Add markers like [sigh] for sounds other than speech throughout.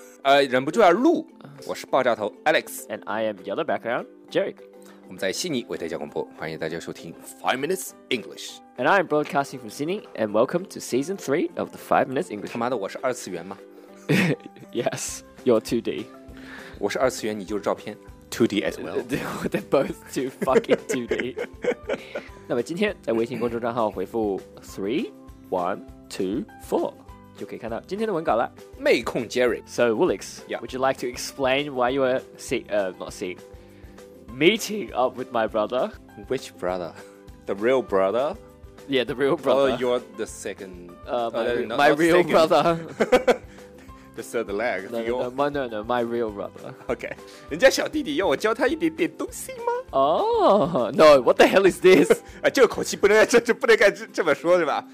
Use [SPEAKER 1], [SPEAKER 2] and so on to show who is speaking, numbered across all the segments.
[SPEAKER 1] [laughs] 呃，忍不住要录。我是爆炸头 Alex，
[SPEAKER 2] And I am yellow background, Jerry.
[SPEAKER 1] 我们在悉尼为大家广播，欢迎大家收听 Five Minutes English。
[SPEAKER 2] And I am broadcasting from Sydney, and welcome to season three of the Five Minutes English.
[SPEAKER 1] [laughs] 他妈的，我是二次元吗？
[SPEAKER 2] Yes, you're 2D.
[SPEAKER 1] 我是二次元，你就是照片。Two D as well。
[SPEAKER 2] [laughs] They're both too fucking 2D. 那么今天在微信公众账号回复 three one two four 就可以看到今天的文稿了。
[SPEAKER 1] 妹控 Jerry，
[SPEAKER 2] So Woolix,
[SPEAKER 1] Yeah.
[SPEAKER 2] would you like to explain why you were see uh, not seeing meeting up with my brother?
[SPEAKER 1] which brother？The real brother？
[SPEAKER 2] Yeah, the real
[SPEAKER 1] Or
[SPEAKER 2] brother.
[SPEAKER 1] you're the second？Oh,
[SPEAKER 2] uh, my,
[SPEAKER 1] no,
[SPEAKER 2] re-
[SPEAKER 1] no,
[SPEAKER 2] my
[SPEAKER 1] not
[SPEAKER 2] real
[SPEAKER 1] second,
[SPEAKER 2] brother.
[SPEAKER 1] The third leg？
[SPEAKER 2] No,
[SPEAKER 1] You're-
[SPEAKER 2] no, no, no, no, my real brother.
[SPEAKER 1] OK，人家小弟弟要我教他一点点东西吗？
[SPEAKER 2] Oh no! What the hell
[SPEAKER 1] [laughs]
[SPEAKER 2] is this?
[SPEAKER 1] 啊，这个口气不能这这不能该这这么说是吧？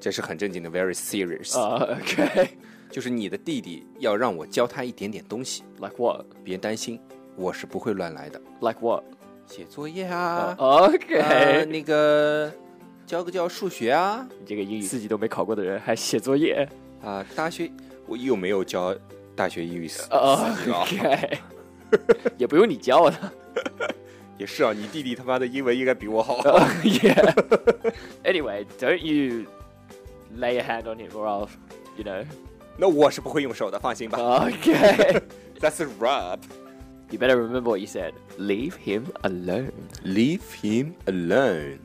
[SPEAKER 1] 这是很正经的，very serious。
[SPEAKER 2] uh, okay.
[SPEAKER 1] 就是你的弟弟要让我教他一点点东西，
[SPEAKER 2] Like what?
[SPEAKER 1] 别担心，我是不会乱来的。
[SPEAKER 2] Like what? Uh,
[SPEAKER 1] 写作业啊，呃
[SPEAKER 2] Okay.
[SPEAKER 1] 那个教个教数学啊，
[SPEAKER 2] 这个英语自己都没考过的人还写作业
[SPEAKER 1] [laughs] 啊、大学我又没有教大学英语四
[SPEAKER 2] 哦
[SPEAKER 1] 四级啊
[SPEAKER 2] ？OK，也不用你教
[SPEAKER 1] [laughs]
[SPEAKER 2] 我的。
[SPEAKER 1] 也是啊，你弟弟他妈的英文应该比我好。
[SPEAKER 2] Uh, [laughs]
[SPEAKER 1] [laughs]
[SPEAKER 2] yeah. Anyway, don't you lay a hand on him or I'll,
[SPEAKER 1] [laughs]
[SPEAKER 2] you know.
[SPEAKER 1] 那我是不会用手的，放心吧。
[SPEAKER 2] Okay.
[SPEAKER 1] That's a wrap.
[SPEAKER 2] You better remember what you said. Leave him alone.
[SPEAKER 1] Leave him alone.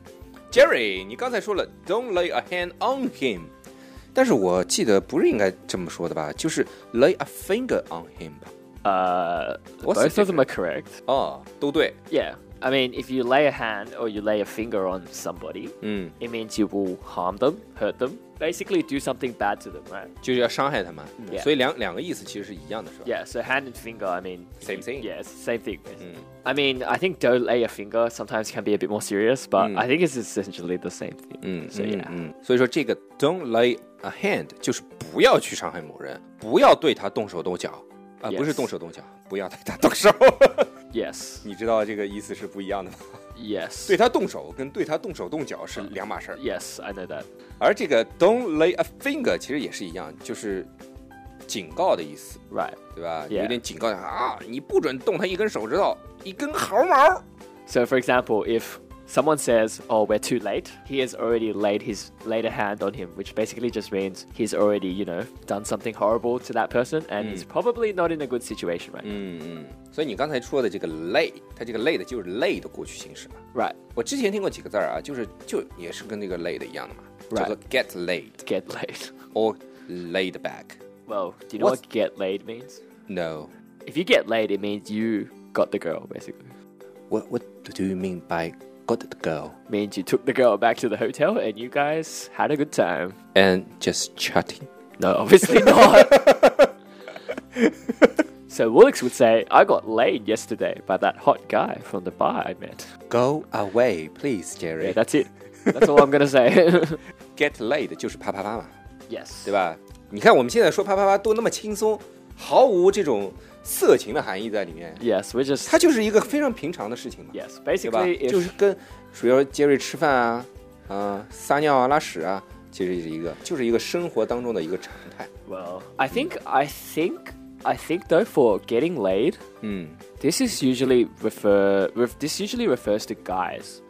[SPEAKER 1] Jerry，你刚才说了，Don't lay a hand on him。但是我记得不是应该这么说的吧？就是 lay a finger on him 吧？
[SPEAKER 2] Uh,
[SPEAKER 1] What's the
[SPEAKER 2] both of them are correct.
[SPEAKER 1] 哦，都对。
[SPEAKER 2] Yeah. I mean, if you lay a hand or you lay a finger on somebody,
[SPEAKER 1] 嗯，
[SPEAKER 2] it means you will harm them, hurt them, basically do something bad to them, right?
[SPEAKER 1] 就是要伤害他们。
[SPEAKER 2] Yeah
[SPEAKER 1] 所以两两个意思其实是一样的，是吧
[SPEAKER 2] Yeah, so hand and finger, I mean.
[SPEAKER 1] Same thing. Hmm.
[SPEAKER 2] Yeah, it's the same thing. basically. I mean, I think don't lay a finger sometimes can be a bit more serious, but
[SPEAKER 1] Hmm.
[SPEAKER 2] I think it's essentially the same thing.
[SPEAKER 1] 嗯，
[SPEAKER 2] so
[SPEAKER 1] 嗯
[SPEAKER 2] yeah.
[SPEAKER 1] 嗯，所以说这个 don't lay a hand 就是不要去伤害某人，不要对他动手动脚啊
[SPEAKER 2] Yes
[SPEAKER 1] 不是动手动脚，不要对他动手。
[SPEAKER 2] Yes.
[SPEAKER 1] [laughs] 你知道这个意思是不一样的吗？
[SPEAKER 2] Yes.
[SPEAKER 1] 对他动手跟对他动手动脚是两码事儿，
[SPEAKER 2] Yes, I know that.
[SPEAKER 1] 而这个 don't lay a finger 其实也是一样，就是警告的意思，
[SPEAKER 2] Right.
[SPEAKER 1] 对吧
[SPEAKER 2] Yeah
[SPEAKER 1] 有点警告他啊，你不准动他一根手指头，一根毫毛。
[SPEAKER 2] So, for example, if someone says, "Oh, we're too late," he has already laid his laid a hand on him, which basically just means he's already, you know, done something horrible to that person, and he's probably not in a good situation right now.
[SPEAKER 1] 所以你刚才说的这个 lay，它这个 lay 的就是 lay 的过去形式嘛。
[SPEAKER 2] Right.
[SPEAKER 1] 我之前听过几个字儿啊，就是就也是跟那个 laid 一样的嘛
[SPEAKER 2] Right.
[SPEAKER 1] 叫做 get laid
[SPEAKER 2] Get laid. [laughs]
[SPEAKER 1] or laid back。
[SPEAKER 2] Well, do you know
[SPEAKER 1] What's-
[SPEAKER 2] what get laid means?
[SPEAKER 1] No，
[SPEAKER 2] If you get laid, it means you got the girl, basically.
[SPEAKER 1] what what do you mean by got the girl
[SPEAKER 2] Means you took the girl back to the hotel and you guys had a good time.
[SPEAKER 1] and just chatting？
[SPEAKER 2] No, [laughs] obviously not. so Woolix would say, I got laid yesterday by that hot guy from the bar I met.
[SPEAKER 1] Go away, please, Jerry.
[SPEAKER 2] Yeah, that's it. That's all I'm gonna say. [laughs]
[SPEAKER 1] get laid 就是啪啪啪嘛，
[SPEAKER 2] yes.
[SPEAKER 1] 对吧？你看我们现在说啪啪啪都那么轻松，毫无这种色情的含义在里面，
[SPEAKER 2] Yes, we're just
[SPEAKER 1] 它就是一个非常平常的事情嘛。
[SPEAKER 2] yes.
[SPEAKER 1] 对吧
[SPEAKER 2] Basically,？if
[SPEAKER 1] 就是跟，比如说杰瑞吃饭啊，啊、撒尿啊，拉屎啊，其实是一个，就是一个生活当中的一个常态。
[SPEAKER 2] well, I think I think I think though for getting laid,
[SPEAKER 1] 嗯
[SPEAKER 2] this is usually refer ref, this usually refers to guys.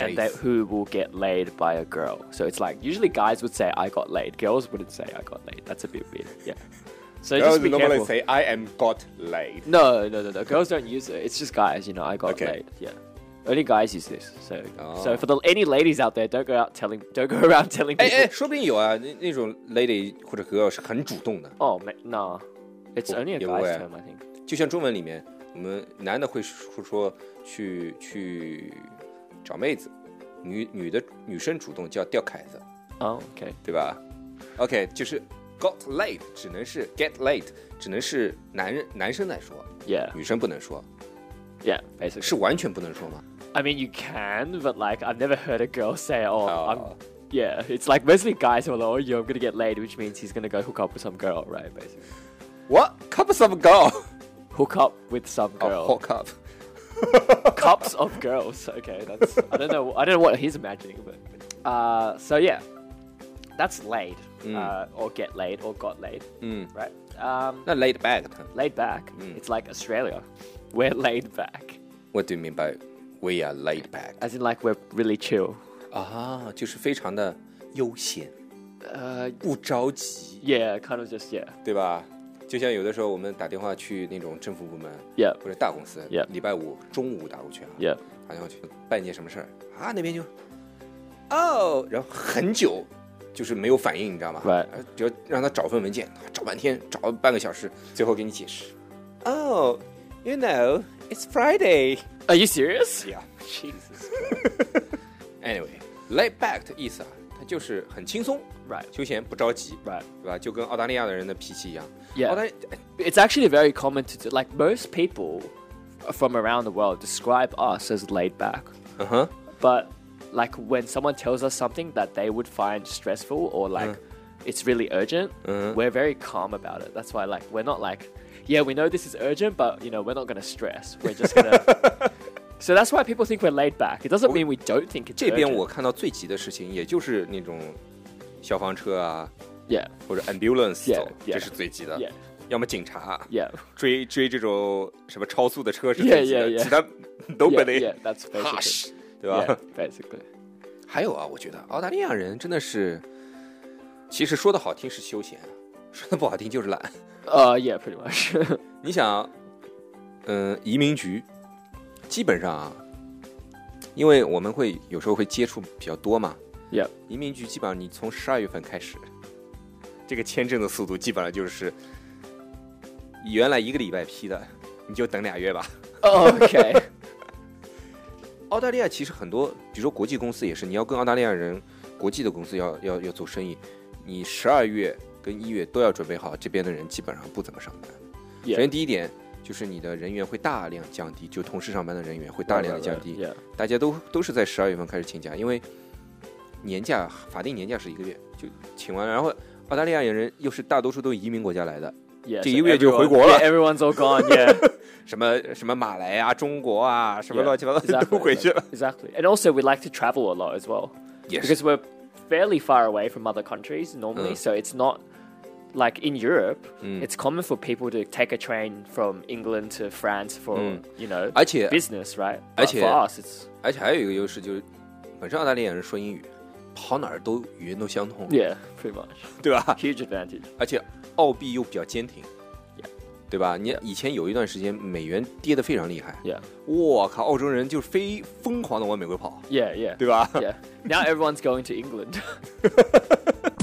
[SPEAKER 2] And they,
[SPEAKER 1] Guys.
[SPEAKER 2] who will get laid by a girl? So it's like usually guys would say I got laid, girls wouldn't say I got laid. That's a bit weird. Yeah. So just be careful.
[SPEAKER 1] say I am got laid.
[SPEAKER 2] No, no, no, no. Girls don't use it. It's just guys. You know, I got
[SPEAKER 1] Okay.
[SPEAKER 2] laid. Yeah. Only guys use this. So,
[SPEAKER 1] Oh.
[SPEAKER 2] so for the any ladies out there, don't go out telling, don't go [laughs] around telling
[SPEAKER 1] 哎
[SPEAKER 2] people.
[SPEAKER 1] 哎，说不定有啊，那那种 lady 或者 girl 是很主动的，
[SPEAKER 2] Oh, ma- no. It's
[SPEAKER 1] Oh,
[SPEAKER 2] only a
[SPEAKER 1] yeah,
[SPEAKER 2] guy's
[SPEAKER 1] where?
[SPEAKER 2] term, I think.
[SPEAKER 1] 就像中文里面我们男的会说说去去找妹子，女女的女生主动叫吊凯子，
[SPEAKER 2] Oh, okay.
[SPEAKER 1] 对吧？OK，就是 got late 只能是 get late，只能是男人男生来说，
[SPEAKER 2] Yeah.
[SPEAKER 1] 女生不能说，
[SPEAKER 2] Yeah. Basically.
[SPEAKER 1] 是完全不能说吗？
[SPEAKER 2] I mean, you can, but like, I've never heard a girl say,
[SPEAKER 1] Oh.
[SPEAKER 2] "Oh, I'm." Yeah, it's like mostly guys who are like, "Oh, yo, I'm gonna get laid," which means he's gonna go hook up with some girl, right? Basically,
[SPEAKER 1] What cup of some girl？
[SPEAKER 2] hook up with some girl.
[SPEAKER 1] Oh, hook up。
[SPEAKER 2] cups of girls. Okay, that's I don't know. I don't know what he's imagining, but uh, so yeah, that's laid uh, or get laid or got laid,
[SPEAKER 1] Mm.
[SPEAKER 2] right? Um,
[SPEAKER 1] 那 laid back 呢
[SPEAKER 2] laid back. It's like Australia. [laughs] We're laid back,
[SPEAKER 1] What do you mean by we are laid back？
[SPEAKER 2] as in like we're really chill.
[SPEAKER 1] 啊，就是非常的悠闲，
[SPEAKER 2] Uh,
[SPEAKER 1] 不着急，
[SPEAKER 2] yeah, kind of just yeah,
[SPEAKER 1] 对吧？就像有的时候我们打电话去那种政府部门
[SPEAKER 2] yeah,
[SPEAKER 1] 或者大公司
[SPEAKER 2] Yep.
[SPEAKER 1] 礼拜五中午打过去啊
[SPEAKER 2] yeah,
[SPEAKER 1] 打电话去办一件什么事儿啊，那边就哦，然后很久就是没有反应，你知道吗？
[SPEAKER 2] Right.
[SPEAKER 1] 呃只要让他找份文件，找半天，找了半个小时，最后给你解释。哦、y o u know it's Friday。
[SPEAKER 2] Are you serious?
[SPEAKER 1] Yeah.
[SPEAKER 2] Jesus.
[SPEAKER 1] [laughs] Anyway, laid back 的意思啊，它就是很轻松，
[SPEAKER 2] Right.
[SPEAKER 1] 休闲不着急，
[SPEAKER 2] Right.
[SPEAKER 1] 对吧？就跟澳大利亚的人的脾气一样。
[SPEAKER 2] Yeah.
[SPEAKER 1] 澳大利
[SPEAKER 2] It's actually very common to do. Like most people from around the world describe us as laid back.
[SPEAKER 1] 嗯哼，
[SPEAKER 2] but like when someone tells us something that they would find stressful or like it's really urgent we're very calm about it that's why like we're not like yeah we know this is urgent but you know we're not gonna stress we're just gonna so that's why people think we're laid back it doesn't mean we don't think it's
[SPEAKER 1] 这边
[SPEAKER 2] urgent.
[SPEAKER 1] 我看到最急的事情，也就是那种消防车啊，
[SPEAKER 2] yeah
[SPEAKER 1] 或者 ambulance
[SPEAKER 2] Yeah,
[SPEAKER 1] 走，
[SPEAKER 2] yeah,
[SPEAKER 1] 这是最急的。
[SPEAKER 2] yeah
[SPEAKER 1] 要么警察
[SPEAKER 2] yeah
[SPEAKER 1] 追追这种什么超速的车是
[SPEAKER 2] Yeah,
[SPEAKER 1] 最急的
[SPEAKER 2] yeah, yeah.
[SPEAKER 1] 其他都
[SPEAKER 2] yeah,
[SPEAKER 1] 不得 [laughs]
[SPEAKER 2] yeah that's basically
[SPEAKER 1] ，hush，对吧 [laughs]
[SPEAKER 2] yeah basically
[SPEAKER 1] 还有啊，我觉得澳大利亚人真的是，其实说的好听是休闲，说的不好听就是懒。
[SPEAKER 2] uh yeah pretty much [laughs]
[SPEAKER 1] 你想，嗯、移民局基本上啊，因为我们会有时候会接触比较多嘛，
[SPEAKER 2] yeah
[SPEAKER 1] 移民局基本上你从十二月份开始，这个签证的速度基本上就是原来一个礼拜批的，你就等俩月吧。
[SPEAKER 2] oh, okay
[SPEAKER 1] 澳大利亚其实很多，比如说国际公司也是，你要跟澳大利亚人、国际的公司要要要做生意，你十二月跟一月都要准备好，这边的人基本上不怎么上班。首
[SPEAKER 2] yeah
[SPEAKER 1] 先第一点就是你的人员会大量降低，就同时上班的人员会大量的降低，
[SPEAKER 2] yeah
[SPEAKER 1] 大家都都是在十二月份开始请假，因为年假法定年假是一个月就请完了，然后澳大利亚人又是大多数都移民国家来的，
[SPEAKER 2] yeah
[SPEAKER 1] 这
[SPEAKER 2] so
[SPEAKER 1] 一个月就
[SPEAKER 2] everyone-
[SPEAKER 1] 回国了
[SPEAKER 2] yeah, everyone's all gone
[SPEAKER 1] [laughs]
[SPEAKER 2] yeah
[SPEAKER 1] 什么什么马来啊、中国啊，什么乱七八糟的
[SPEAKER 2] exactly,
[SPEAKER 1] 都回去了，
[SPEAKER 2] Exactly. And also, we like to travel a lot as well
[SPEAKER 1] 也是
[SPEAKER 2] because we're fairly far away from other countries normally.
[SPEAKER 1] Mm.
[SPEAKER 2] So it's not like in Europe, it's common for people to take a train from England to France for,
[SPEAKER 1] Mm.
[SPEAKER 2] you know,
[SPEAKER 1] 而且
[SPEAKER 2] business, right? But
[SPEAKER 1] 且-
[SPEAKER 2] for us, it's,
[SPEAKER 1] 而且还有一个优势就是，本身澳大利亚人说英语，跑哪儿都语言都相通，
[SPEAKER 2] yeah, pretty much.
[SPEAKER 1] 对吧？
[SPEAKER 2] Huge advantage.
[SPEAKER 1] 而且澳币又比较坚挺，对吧？你以前有一段时间美元跌得非常厉害，
[SPEAKER 2] Yeah.
[SPEAKER 1] 我靠，澳洲人就是非疯狂的往美国跑，
[SPEAKER 2] Yeah, yeah.
[SPEAKER 1] 对吧？
[SPEAKER 2] Yeah. Now everyone's going to England. [laughs]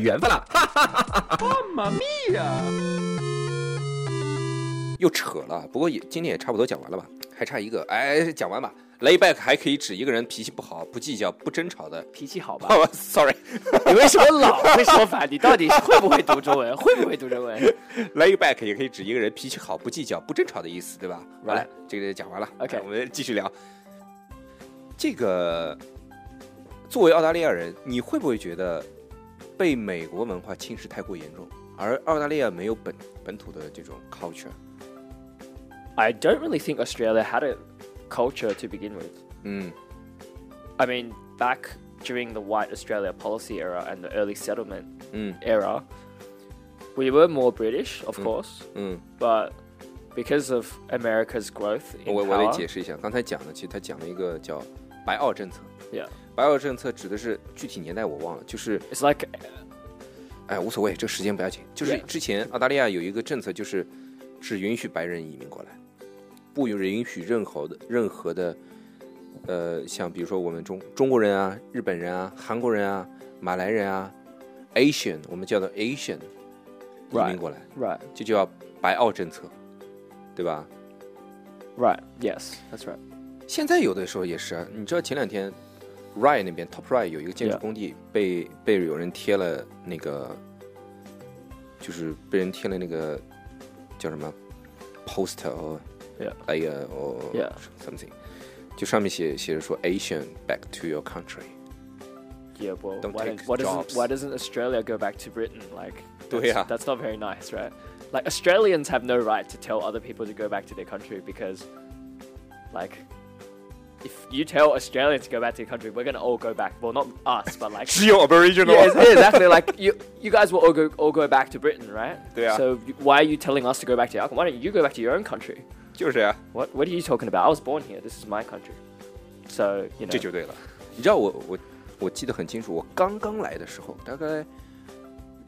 [SPEAKER 3] 缘分了。
[SPEAKER 1] 又扯了，不过也今天也差不多讲完了吧，还差一个，哎，讲完吧。Layback 还可以指一个人脾气不好、不计较、不争
[SPEAKER 3] [laughs]
[SPEAKER 1] 吵的。 [laughs]
[SPEAKER 2] 脾气好吧？
[SPEAKER 1] 哦、s o r r y
[SPEAKER 2] [laughs] 你为什么老会说反？你到底会不会读中文？会不会读中文？Yeah,
[SPEAKER 1] Layback 也可以指一个人脾气好、不计较、不争吵的意思，对吧？
[SPEAKER 2] Right
[SPEAKER 1] 完了，这个就讲完了。
[SPEAKER 2] OK
[SPEAKER 1] 哎我们继续聊。这个作为澳大利亚人，你会不会觉得被美国文化侵蚀太过严重，而澳大利亚没有本本土的这种 culture？
[SPEAKER 2] I don't really think Australia had a culture to begin with.
[SPEAKER 1] 嗯
[SPEAKER 2] I mean, back during the White Australia policy era and the early settlement
[SPEAKER 1] 嗯
[SPEAKER 2] era, we were more British, of course,
[SPEAKER 1] 嗯
[SPEAKER 2] but because of America's growth in
[SPEAKER 1] 我我得
[SPEAKER 2] power,
[SPEAKER 1] 解释一下，刚才讲的，其实他讲了一个叫白澳政策。
[SPEAKER 2] Yeah.
[SPEAKER 1] 白澳政策指的是具体年代我忘了，就是，
[SPEAKER 2] it's like
[SPEAKER 1] 哎，无所谓，这个时间不要紧。就是
[SPEAKER 2] Yeah.
[SPEAKER 1] 之前澳大利亚有一个政策，就是只允许白人移民过来，不允许任何的任何的，呃，像比如说我们中中国人啊、日本人啊、韩国人啊、马来人啊，Asian，我们叫做 Asian 移
[SPEAKER 2] Right.
[SPEAKER 1] 民过来，
[SPEAKER 2] right,
[SPEAKER 1] 这就叫白澳政策，对吧？
[SPEAKER 2] right. Yes, that's right.
[SPEAKER 1] 现在有的时候也是啊，你知道前两天 Rye 那边 Top Rye 有一个建筑
[SPEAKER 2] Yeah
[SPEAKER 1] 工地被被有人贴了那个，就是被人贴了那个叫什么 poster or
[SPEAKER 2] Yeah
[SPEAKER 1] like a- or
[SPEAKER 2] Yeah
[SPEAKER 1] something，就上面写写着说 Asian back to your country。
[SPEAKER 2] Yeah, well,
[SPEAKER 1] Don't
[SPEAKER 2] why,
[SPEAKER 1] take
[SPEAKER 2] don't- why doesn't
[SPEAKER 1] jobs.
[SPEAKER 2] why doesn't Australia go back to Britain? Like, that's,
[SPEAKER 1] Yeah.
[SPEAKER 2] that's not very nice, right? Like Australians have no right to tell other people to go back to their country because, like, if you tell Australians to go back to your country, we're gonna all go back. Well, not us,
[SPEAKER 1] [laughs]
[SPEAKER 2] but like.
[SPEAKER 1] 有 Aboriginal，
[SPEAKER 2] Yeah, ex- exactly. Like you, you guys will all go all go back to Britain, right?
[SPEAKER 1] Yeah.
[SPEAKER 2] So you- why are you telling us to go back to our? Why don't you go back to your own country?
[SPEAKER 1] 就是啊呀、
[SPEAKER 2] What What are you talking about? I was born here. This is my country. So you know.
[SPEAKER 1] 这就对了。你知道我我我记得很清楚，我刚刚来的时候，大概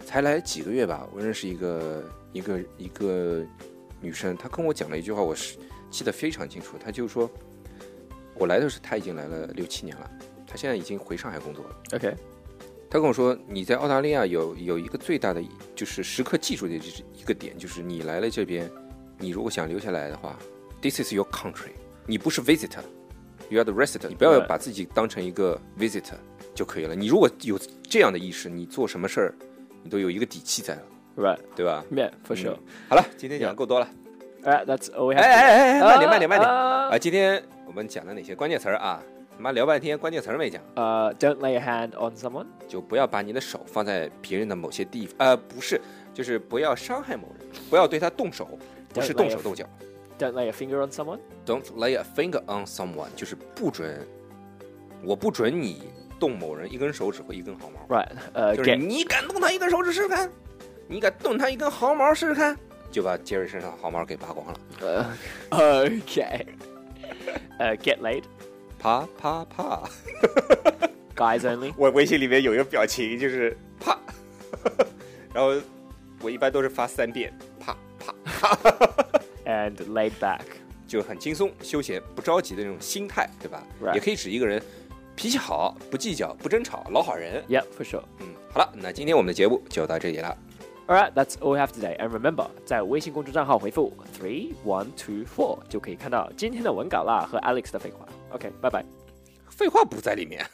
[SPEAKER 1] 才来几个月吧，我认识一个一个一个女生，她跟我讲了一句话，我是记得非常清楚。她就说，我来的时候她已经来了六七年了，她现在已经回上海工作了。
[SPEAKER 2] Okay.
[SPEAKER 1] 她跟我说，你在澳大利亚有有一个最大的就是时刻记住的就是一个点，就是你来了这边，你如果想留下来的话，This is your country，你不是 visitor。You are the resident，你不要
[SPEAKER 2] Right.
[SPEAKER 1] 把自己当成一个 visitor 就可以了。你如果有这样的意识，你做什么事儿，你都有一个底气在了，
[SPEAKER 2] Right.
[SPEAKER 1] 对吧？
[SPEAKER 2] Yeah, for sure.
[SPEAKER 1] 好了，今天讲的够多了。
[SPEAKER 2] All right, Uh, that's all we
[SPEAKER 1] 哎
[SPEAKER 2] have. Uh,
[SPEAKER 1] 哎哎哎，
[SPEAKER 2] today.
[SPEAKER 1] 慢点慢点慢点
[SPEAKER 2] 啊
[SPEAKER 1] 啊！今天我们讲了哪些关键词儿啊？妈聊半天关键词儿没讲，
[SPEAKER 2] Uh, don't lay a hand on someone.
[SPEAKER 1] 就不要把你的手放在别人的某些地方，呃，不是，就是不要伤害某人，不要对他动手，不是
[SPEAKER 2] Don't
[SPEAKER 1] 动
[SPEAKER 2] lay
[SPEAKER 1] 手
[SPEAKER 2] a-
[SPEAKER 1] 动脚。
[SPEAKER 2] Don't lay a finger on someone.
[SPEAKER 1] Don't lay a finger on someone，就是不准，我不准你动某人一根手指或一根毫毛。
[SPEAKER 2] Right. [laughs] Uh,
[SPEAKER 1] 就是
[SPEAKER 2] get
[SPEAKER 1] 你敢动他一根手指试试看，你敢动他一根毫毛试试看，就把杰瑞身上的毫毛给拔光了。
[SPEAKER 2] uh, okay. Uh, get laid.
[SPEAKER 1] 啪啪啪！
[SPEAKER 2] Guys only.
[SPEAKER 1] 我微信里面有一个表情就是啪， [laughs] 然后我一般都是发三遍啪啪，
[SPEAKER 2] And laid back.
[SPEAKER 1] 就很轻松休闲不着急的那种心态，对吧
[SPEAKER 2] Right
[SPEAKER 1] 也可以指一个人脾气好、不计较、不争吵、老好人。
[SPEAKER 2] Yep, for sure.
[SPEAKER 1] 嗯，好了，那今天我们的节目就到这里了。
[SPEAKER 2] Alright, that's all we have today. And remember，在微信公众账号回复 three one two four 就可以看到今天的文稿啦和 Alex 的废话。OK，拜拜。
[SPEAKER 1] 废话不在里面。